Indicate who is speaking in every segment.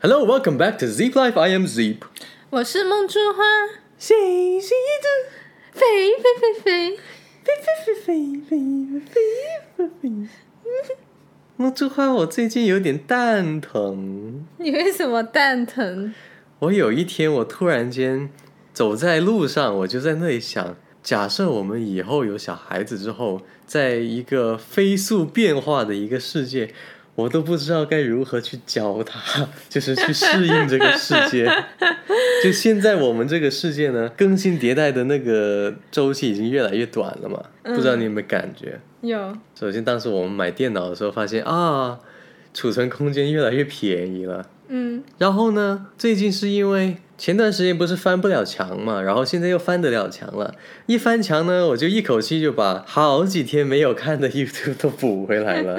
Speaker 1: Hello, welcome back to Zeep Life. I am Zeep.
Speaker 2: 我是梦之花，
Speaker 1: 谁是一只
Speaker 2: 飞飞飞飞，
Speaker 1: 飞飞飞飞飞飞飞飞？梦之花，我最近有点蛋疼。
Speaker 2: 你为什么蛋疼？
Speaker 1: 我有一天，我突然间走在路上，我就在那里想：假设我们以后有小孩子之后，在一个飞速变化的一个世界，我都不知道该如何去教他， 就是去适应这个世界。就现在我们这个世界呢，更新迭代的那个周期已经越来越短了嘛，不知道你有没有感觉？
Speaker 2: 有，
Speaker 1: 首先，当时我们买电脑的时候发现啊，储存空间越来越便宜了。
Speaker 2: 嗯
Speaker 1: 然后呢，最近是因为前段时间不是翻不了墙嘛，然后现在又翻得了墙了。一翻墙呢，我就一口气就把好几天没有看的 YouTube 都补回来了。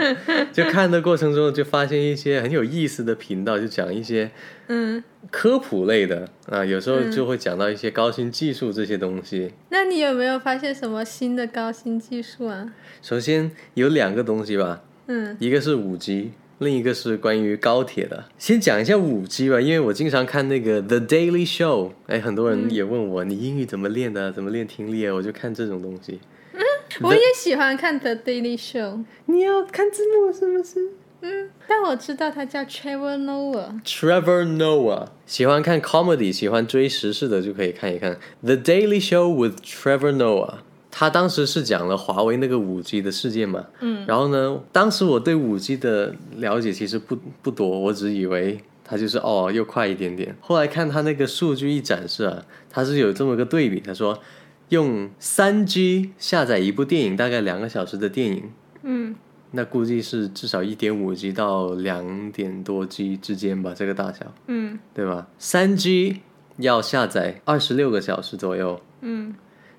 Speaker 1: 就看的过程中，就发现一些很有意思的频道，就讲一些
Speaker 2: 嗯，
Speaker 1: 科普类的啊，有时候就会讲到一些高新技术这些东西。
Speaker 2: 那你有没有发现什么新的高新技术啊？
Speaker 1: 首先有两个东西吧，
Speaker 2: 嗯，
Speaker 1: 一个是五 G，另一个是关于高铁的。先讲一下五 G 吧，因为我经常看那个 The Daily Show，哎，很多人也问我、你英语怎么练的，怎么练听力啊，我就看这种东西。
Speaker 2: 我也喜欢看 The Daily Show，
Speaker 1: 你要看字幕是不是
Speaker 2: 嗯，但我知道它叫 Trevor Noah，
Speaker 1: ？Trevor Noah 喜欢看 comedy，喜欢追时事的就可以看一看 The Daily Show with Trevor Noah。他当时是讲了华为那个五 G 的事件嘛，嗯，然后呢，当时我对五 G 的了解其实不不多，我只以为它就是哦又快一点点。后来看他那个数据一展示啊，它是有这么个对比，他说用三 G 下载一部电影，大概两个小时的电影，
Speaker 2: 嗯，
Speaker 1: 那估计是至少一点五 G 到两点多 G 之间吧，这个大小，
Speaker 2: 嗯
Speaker 1: 对吧？三 G 要下载二十六个小时左右，
Speaker 2: 嗯，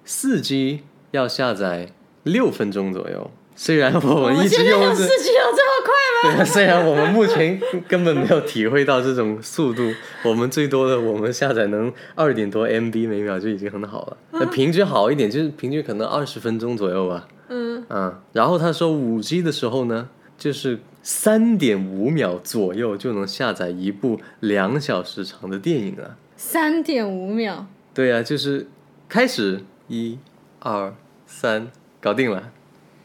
Speaker 1: 四 G 要下载六分钟左右。虽然我
Speaker 2: 哦我
Speaker 1: 们一直
Speaker 2: 现在
Speaker 1: 用
Speaker 2: 用
Speaker 1: 这
Speaker 2: 四 G 有这么快
Speaker 1: 对啊， 虽然我们目前根本没有体会到这种速度，我们最多的我们下载能二点多 MB 每秒就已经很好了。那平均好一点，就是平均可能二十分钟左右吧。
Speaker 2: 吗？嗯，
Speaker 1: 嗯，然后他说五 G 的时候呢，就是三点五秒左右就能下载一部两小时长的电影了。
Speaker 2: 三点五秒，
Speaker 1: 对啊，就是开始一、二、三，搞定了。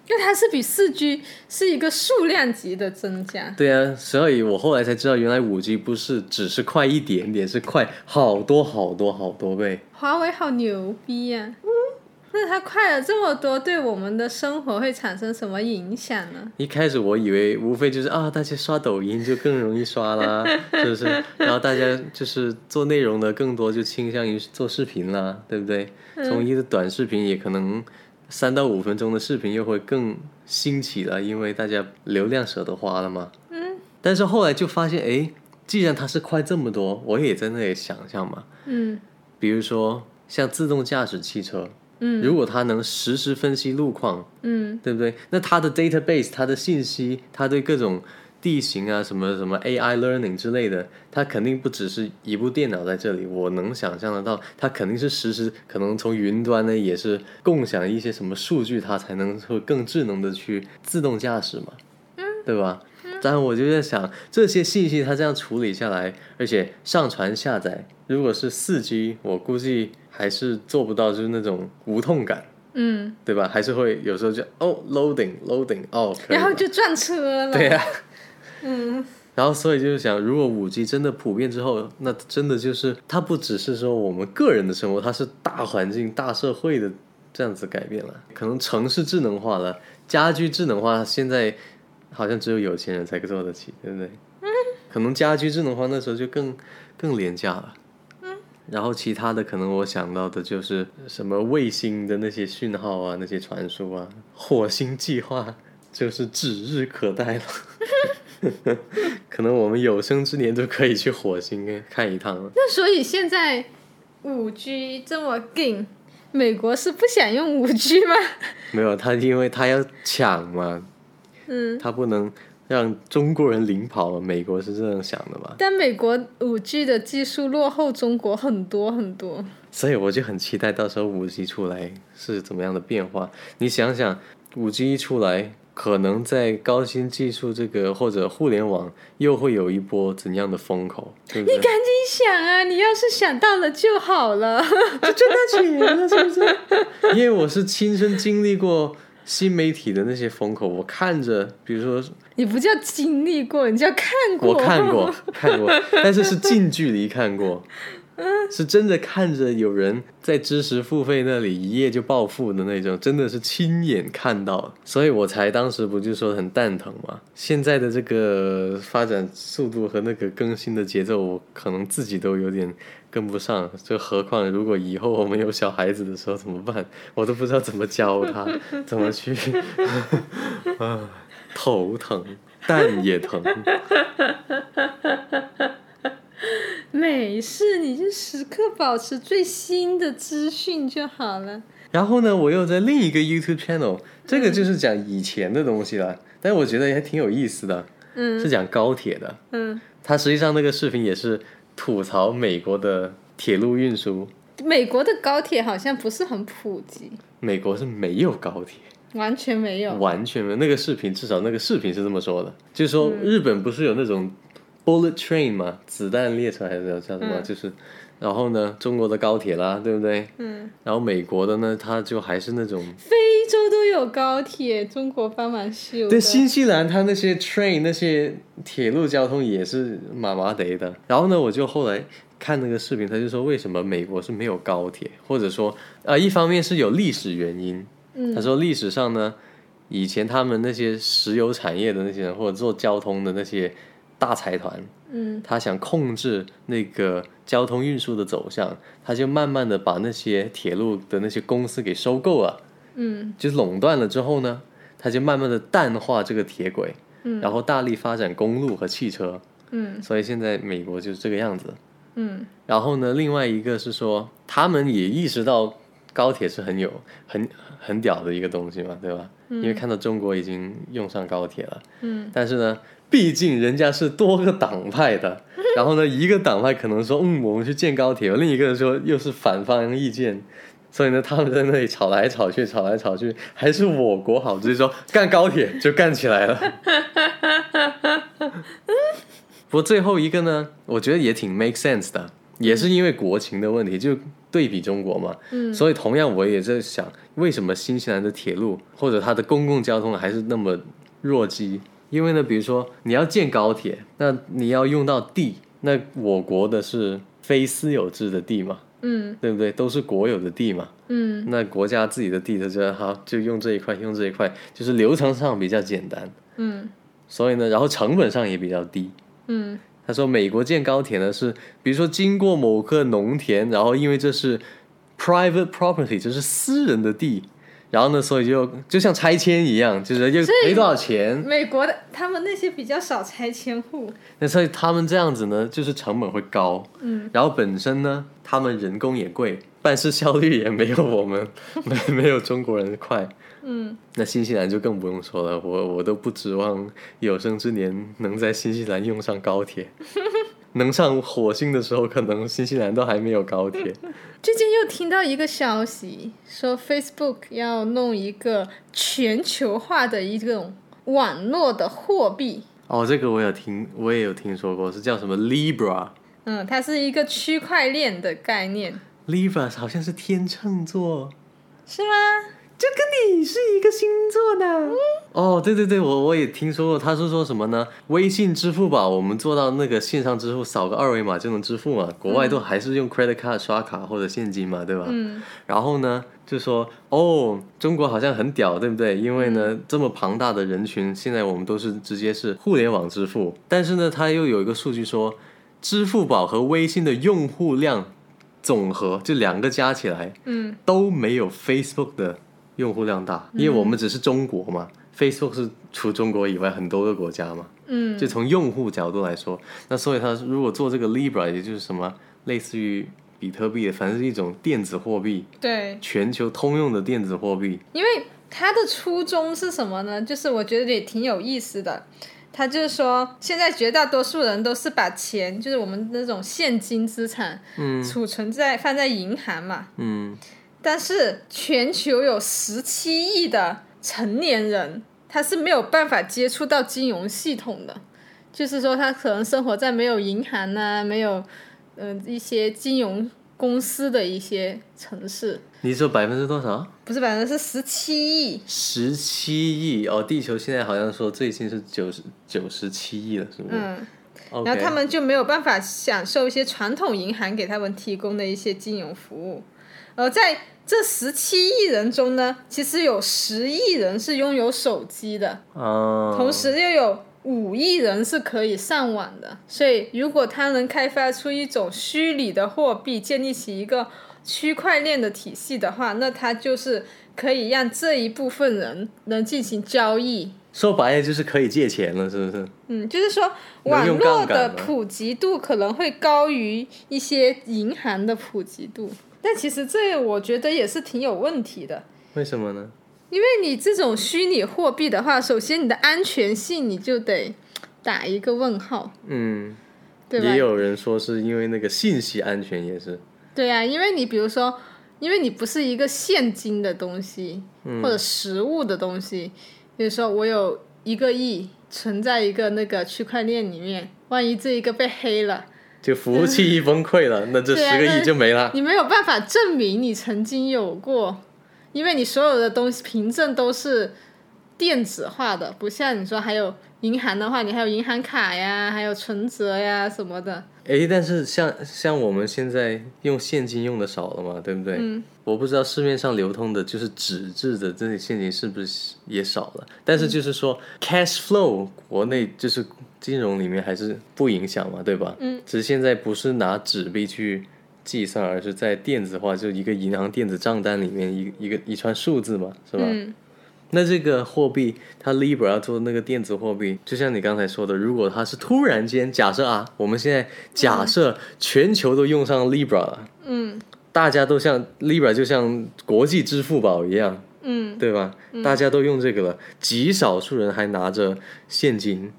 Speaker 2: 那它是比四 G 是一个数量级的增加，
Speaker 1: 对啊，所以我后来才知道，原来五 G 不是只是快一点点，是快好多好多好多倍。
Speaker 2: 华为好牛逼呀、嗯，那它快了这么多，对我们的生活会产生什么影响呢？
Speaker 1: 一开始我以为无非就是啊，大家刷抖音就更容易刷啦， 是不是？然后大家就是做内容的更多就倾向于做视频啦，对不对？从一个短视频也可能三到五分钟的视频又会更兴起了，因为大家流量舍得花了嘛。嗯。但是后来就发现，哎，既然它是快这么多，我也在那里想象嘛。
Speaker 2: 嗯
Speaker 1: 比如说像自动驾驶汽车，
Speaker 2: 嗯
Speaker 1: 如果它能实时分析路况，
Speaker 2: 嗯
Speaker 1: 对不对？那它的 database、它的信息、它对各种地形啊、什么什么 AI learning 之类的，它肯定不只是一部电脑在这里。我能想象得到，它肯定是实时，可能从云端呢也是共享一些什么数据，它才能会更智能的去自动驾驶嘛，对吧？但我就在想，这些信息它这样处理下来，而且上传下载，如果是四 G，我估计还是做不到，就是那种无痛感。
Speaker 2: 嗯，
Speaker 1: 对吧？还是会有时候就哦，loading loading 哦，可以
Speaker 2: 然后
Speaker 1: 了
Speaker 2: 就撞车了。
Speaker 1: 对呀、
Speaker 2: 嗯
Speaker 1: 然后所以就是想，如果五 G 真的普遍之后，那真的就是它不只是说我们个人的生活，它是大环境、大社会的这样子改变了。可能城市智能化了，家居智能化，现在好像只有有钱人才做得起，对不对？可能家居智能化那时候就更更廉价了。然后其他的可能我想到的就是什么卫星的那些讯号啊，那些传输啊，火星计划就是指日可待了。可能我们有生之年都可以去火星看一趟了。
Speaker 2: 那所以现在五 G 这么劲，美国是不想用五 G 吗？
Speaker 1: 没有他，因为他要抢嘛，
Speaker 2: 嗯，
Speaker 1: 他不能让中国人领跑嘛。美国是这样想的嘛，
Speaker 2: 但美国五 G 的技术落后中国很多很多。
Speaker 1: 所以我就很期待到时候五 G 出来是怎么样的变化。你想想，五 G 一出来，可能在高新技术这个或者互联网又会有一波怎样的风口，对不对？
Speaker 2: 你赶紧想啊！你要是想到了就好了。
Speaker 1: 就真的起来了，是不 是？因为我是亲身经历过新媒体的那些风口，我看着，比如说
Speaker 2: 你不叫经历过，你叫看过。
Speaker 1: 我看过， 看过，但是是近距离看过，
Speaker 2: 嗯
Speaker 1: 是真的看着有人在知识付费那里一夜就暴富的那种，真的是亲眼看到，所以我才当时不就说很蛋疼嘛。现在的这个发展速度和那个更新的节奏，我可能自己都有点跟不上，就何况如果以后我们有小孩子的时候怎么办？我都不知道怎么教 他，怎么去， 啊，头疼，蛋也疼。
Speaker 2: 没事，你就时刻保持最新的资讯就好了。
Speaker 1: 然后呢，我又在另一个 YouTube channel，这个就是讲以前的东西了，但我觉得也挺有意思的，
Speaker 2: 嗯
Speaker 1: 是讲高铁的。
Speaker 2: 嗯，
Speaker 1: 它实际上那个视频也是吐槽美国的铁路运输，
Speaker 2: 美国的高铁好像不是很普及，
Speaker 1: 美国是没有高铁，
Speaker 2: 完全没有。
Speaker 1: 完全没有。那个视频至少那个视频是这么说的，就是说
Speaker 2: 嗯
Speaker 1: 日本不是有那种 bullet train 嘛，子弹列车还是叫什么，
Speaker 2: 嗯
Speaker 1: 就是，然后呢，中国的高铁啦，对不对？
Speaker 2: 嗯，
Speaker 1: 然后美国的呢，它就还是那种
Speaker 2: 非洲都有高铁，中国帮忙修的
Speaker 1: 对，。新西兰它那些 train 那些铁路交通也是麻麻得的。然后呢，我就后来看那个视频，他就说为什么美国是没有高铁，或者说呃，一方面是有历史原因，他
Speaker 2: 嗯
Speaker 1: 说历史上呢，以前他们那些石油产业的那些人或者做交通的那些大财团，
Speaker 2: 嗯
Speaker 1: 他想控制那个交通运输的走向，他就慢慢的把那些铁路的那些公司给收购了。
Speaker 2: 嗯
Speaker 1: 就是垄断了之后呢，它就慢慢的淡化这个铁轨，
Speaker 2: 嗯
Speaker 1: 然后大力发展公路和汽车，
Speaker 2: 嗯
Speaker 1: 所以现在美国就是这个样子。
Speaker 2: 嗯
Speaker 1: 然后呢，另外一个是说，他们也意识到高铁是很有很很屌的一个东西嘛，对吧？因为看到中国已经用上高铁了，
Speaker 2: 嗯，
Speaker 1: 但是呢，毕竟人家是多个党派的，然后呢，一个党派可能说，嗯，我们去建高铁，另一个人说又是反方意见，所以呢，他们在那里吵来吵去，吵来吵去，还是我国好，直接说干高铁就干起来了。不过最后一个呢，我觉得也挺 make sense 的，也是因为国情的问题，就对比中国嘛，
Speaker 2: 嗯
Speaker 1: 所以同样我也在想，为什么新西兰的铁路或者它的公共交通还是那么弱鸡？因为呢，比如说你要建高铁，那你要用到地，那我国的是非私有制的地嘛，
Speaker 2: 嗯
Speaker 1: 对不对？都是国有的地嘛，
Speaker 2: 嗯
Speaker 1: 那国家自己的地，它就好就用这一块，用这一块，就是流程上比较简单，
Speaker 2: 嗯
Speaker 1: 所以呢，然后成本上也比较低。
Speaker 2: 嗯
Speaker 1: 他说美国建高铁呢是，比如说经过某个农田，然后因为这是 private property，就是私人的地，然后呢，所以就就像拆迁一样，就是又
Speaker 2: 所以
Speaker 1: 没多少钱，
Speaker 2: 美国的他们那些比较少拆迁户。
Speaker 1: 那所以他们这样子呢，就是成本会高，
Speaker 2: 嗯
Speaker 1: 然后本身呢，他们人工也贵，办事效率也没有我们 没没有中国人快。
Speaker 2: 嗯
Speaker 1: 那新西兰就更不用说了，我我都不指望有生之年能在新西兰用上高铁， 能上火星的时候，可能新西兰都还没有高铁。
Speaker 2: 最近又听到一个消息，说 Facebook 要弄一个全球化的一种网络的货币。
Speaker 1: 哦，这个我有听，我也有听说过，是叫什么 Libra，Libra
Speaker 2: 嗯，它是一个区块链的概念，
Speaker 1: 好像是天秤座，
Speaker 2: 是吗？
Speaker 1: 就跟你是一个星座的。哦，对对对，我我也听说过，他是说什么呢？微信、支付宝，我们做到那个线上支付，扫个二维码就能支付嘛。国外都还是用 credit card 刷卡或者现金嘛，对吧？
Speaker 2: 嗯
Speaker 1: 然后呢，就说哦，中国好像很屌，对不对？因为呢，这么庞大的人群，现在我们都是直接是互联网支付。但是呢，它又有一个数据说，支付宝和微信的用户量总和，这两个加起来
Speaker 2: 嗯
Speaker 1: 都没有 Facebook 的用户量大，因为我们只是中国嘛。Facebook 是除中国以外很多个国家嘛，
Speaker 2: 嗯
Speaker 1: 就从用户角度来说，那所以它如果做这个 Libra，也就是什么类似于比特币，反正是一种电子货币，
Speaker 2: 对，
Speaker 1: 全球通用的电子货币。
Speaker 2: 因为它的初衷是什么呢？就是我觉得也挺有意思的。他就是说，现在绝大多数人都是把钱，就是我们那种现金资产，
Speaker 1: 嗯
Speaker 2: 储存在放在银行嘛。
Speaker 1: 嗯，
Speaker 2: 但是全球有十七亿的成年人，他是没有办法接触到金融系统的，就是说他可能生活在没有银行呐、没有嗯、呃一些金融公司的一些城市，
Speaker 1: 你说百分之多少？
Speaker 2: 不是百分之十七亿，
Speaker 1: 十七亿哦，地球现在好像说最近是九十九十七亿了，是不是？
Speaker 2: 嗯。
Speaker 1: OK
Speaker 2: 然后他们就没有办法享受一些传统银行给他们提供的一些金融服务。而在这十七亿人中呢，其实有十亿人是拥有手机的，
Speaker 1: 啊，
Speaker 2: 同时又有五亿人是可以上网的。所以，如果他能开发出一种虚拟的货币，建立起一个区块链的体系的话，那他就是可以让这一部分人能进行交易。
Speaker 1: 说白了就是可以借钱了，是不是？
Speaker 2: 嗯，就是说
Speaker 1: 能
Speaker 2: 网
Speaker 1: 用
Speaker 2: 络
Speaker 1: 杠杆
Speaker 2: 的
Speaker 1: 吗
Speaker 2: 普及度可能会高于一些银行的普及度，但其实这我觉得也是挺有问题的，
Speaker 1: 为什么呢？
Speaker 2: 因为你这种虚拟货币的话，首先你的安全性你就得打一个问号，
Speaker 1: 嗯，
Speaker 2: 对吧？
Speaker 1: 也有人说是因为那个信息安全也是，
Speaker 2: 对啊，因为你比如说，因为你不是一个现金的东西，
Speaker 1: 嗯
Speaker 2: 或者实物的东西，比如说我有一个亿存在一个那个区块链里面，万一这一个被黑了。
Speaker 1: 就服务器一崩溃了，那这
Speaker 2: 对啊
Speaker 1: 十个亿
Speaker 2: 那
Speaker 1: 就没了。
Speaker 2: 你没有办法证明你曾经有过，因为你所有的东西凭证都是电子化的，不像你说还有银行的话，你还有银行卡呀，还有存折呀什么的。
Speaker 1: 诶，但是像像我们现在用现金用的少了嘛，对不对？
Speaker 2: 嗯
Speaker 1: 我不知道市面上流通的就是纸质的这些现金是不是也少了，但是就是说、cash flow 国内就是金融里面还是不影响嘛，对吧？
Speaker 2: 嗯，
Speaker 1: 只是现在不是拿纸币去计算，而是在电子化，就一个银行电子账单里面一一个一串数字嘛，是吧？
Speaker 2: 嗯，
Speaker 1: 那这个货币，它 Libra 要做那个电子货币，就像你刚才说的，如果它是突然间，假设啊，我们现在假设全球都用上 Libra 了，
Speaker 2: 嗯
Speaker 1: 大家都像 Libra 就像国际支付宝一样，
Speaker 2: 嗯
Speaker 1: 对吧？大家都用这个了，极少数人还拿着现金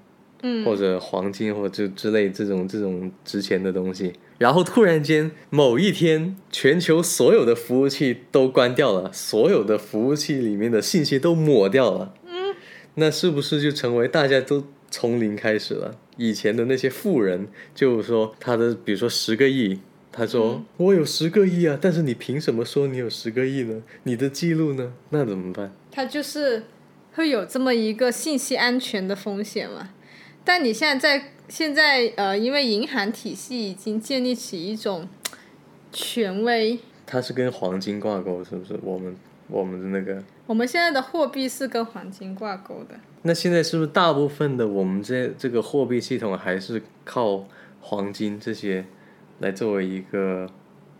Speaker 2: 嗯，
Speaker 1: 或者黄金或者之类这种这种值钱的东西。然后突然间某一天，全球所有的服务器都关掉了，所有的服务器里面的信息都抹掉了。嗯，那是不是就成为大家都从零开始了？以前的那些富人就说他的，比如说十个亿。他说：“我有十个亿啊，但是你凭什么说你有十个亿呢？你的记录呢？那怎么办？
Speaker 2: 它就是会有这么一个信息安全的风险嘛。但你现在在现在呃，因为银行体系已经建立起一种权威，
Speaker 1: 它是跟黄金挂钩，是不是？我们我们的那个
Speaker 2: 我们现在的货币是跟黄金挂钩的。
Speaker 1: 那现在是不是大部分的我们这这个货币系统还是靠黄金这些来作为一个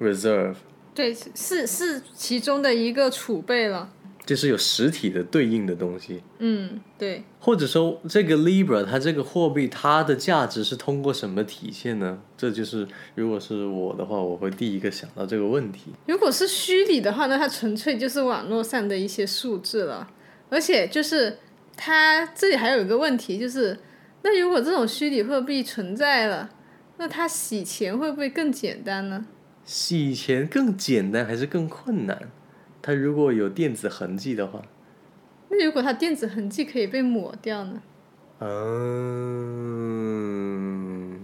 Speaker 1: reserve，
Speaker 2: 对，是是其中的一个储备了。
Speaker 1: 就是有实体的对应的东西，
Speaker 2: 嗯，对，
Speaker 1: 或者说这个 libra 它这个货币它的价值是通过什么体现呢？这就是如果是我的话，我会第一个想到这个问题。
Speaker 2: 如果是虚拟的话，那它纯粹就是网络上的一些数字了。而且就是它这里还有一个问题，就是那如果这种虚拟货币存在了，那它洗钱会不会更简单呢？
Speaker 1: 洗钱更简单还是更困难？它如果有电子痕迹的话，
Speaker 2: 那如果它电子痕迹可以被抹掉呢？
Speaker 1: 嗯。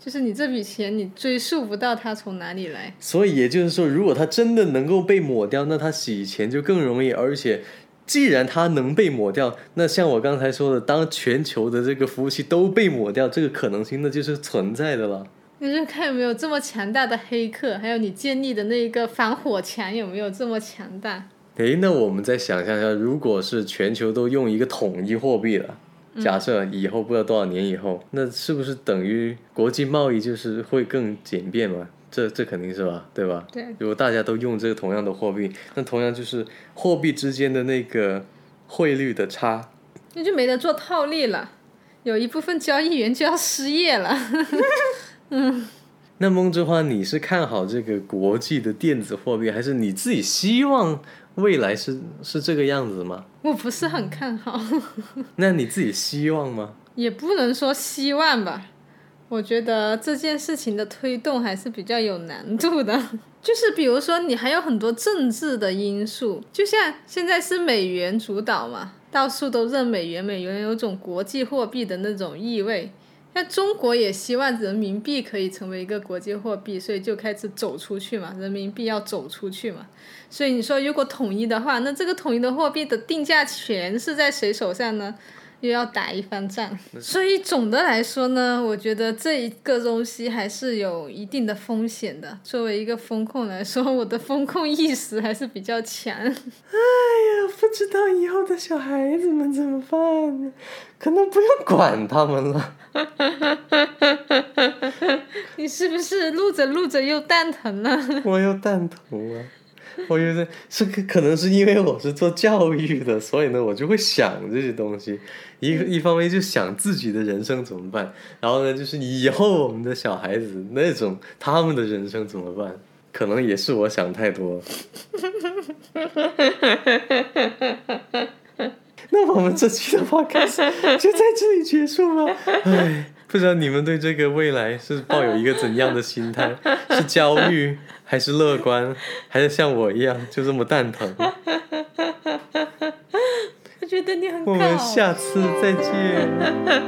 Speaker 2: 就是你这笔钱，你追溯不到它从哪里来。
Speaker 1: 所以也就是说，如果它真的能够被抹掉，那它洗钱就更容易。而且，既然它能被抹掉，那像我刚才说的，当全球的这个服务器都被抹掉，这个可能性那就是存在的了。
Speaker 2: 那就看有没有这么强大的黑客，还有你建立的那一个防火墙有没有这么强大。
Speaker 1: 诶，那我们再想象一下，如果是全球都用一个统一货币了，假设以后不知道多少年以后，那是不是等于国际贸易就是会更简便嘛？这这肯定是吧，对吧？
Speaker 2: 对，
Speaker 1: 如果大家都用这个同样的货币，那同样就是货币之间的那个汇率的差。
Speaker 2: 那就没得做套利了，有一部分交易员就要失业了。
Speaker 1: 那梦之花，你是看好这个国际的电子货币，还是你自己希望未来是是这个样子吗？
Speaker 2: 我不是很看好，
Speaker 1: 那你自己希望吗？
Speaker 2: 也不能说希望吧。我觉得这件事情的推动还是比较有难度的， 就是比如说你还有很多政治的因素，就像现在是美元主导嘛，到处都认美元，美元有种国际货币的那种意味。那中国也希望人民币可以成为一个国际货币，所以就开始走出去嘛，人民币要走出去嘛。所以你说如果统一的话，那这个统一的货币的定价权是在谁手上呢？又要打一番仗。所以总的来说呢，我觉得这一个东西还是有一定的风险的。作为一个风控来说，我的风控意识还是比较强。
Speaker 1: 哎不知道以后的小孩子们怎么办呢？可能不用管他们了。
Speaker 2: 你是不是录着录着又蛋疼了？
Speaker 1: 我又蛋疼了，我觉得是可可能是因为我是做教育的，所以呢，我就会想这些东西。一一方面就想自己的人生怎么办，然后呢，就是以后我们的小孩子那种他们的人生怎么办，可能也是我想太多了。 那我们这期的 podcast 就在这里结束吗？唉，不知道你们对这个未来是抱有一个怎样的心态？是焦虑，还是乐观，还是像我一样就这么蛋疼？
Speaker 2: 我觉得你很
Speaker 1: 我们
Speaker 2: 搞。
Speaker 1: 下次再见。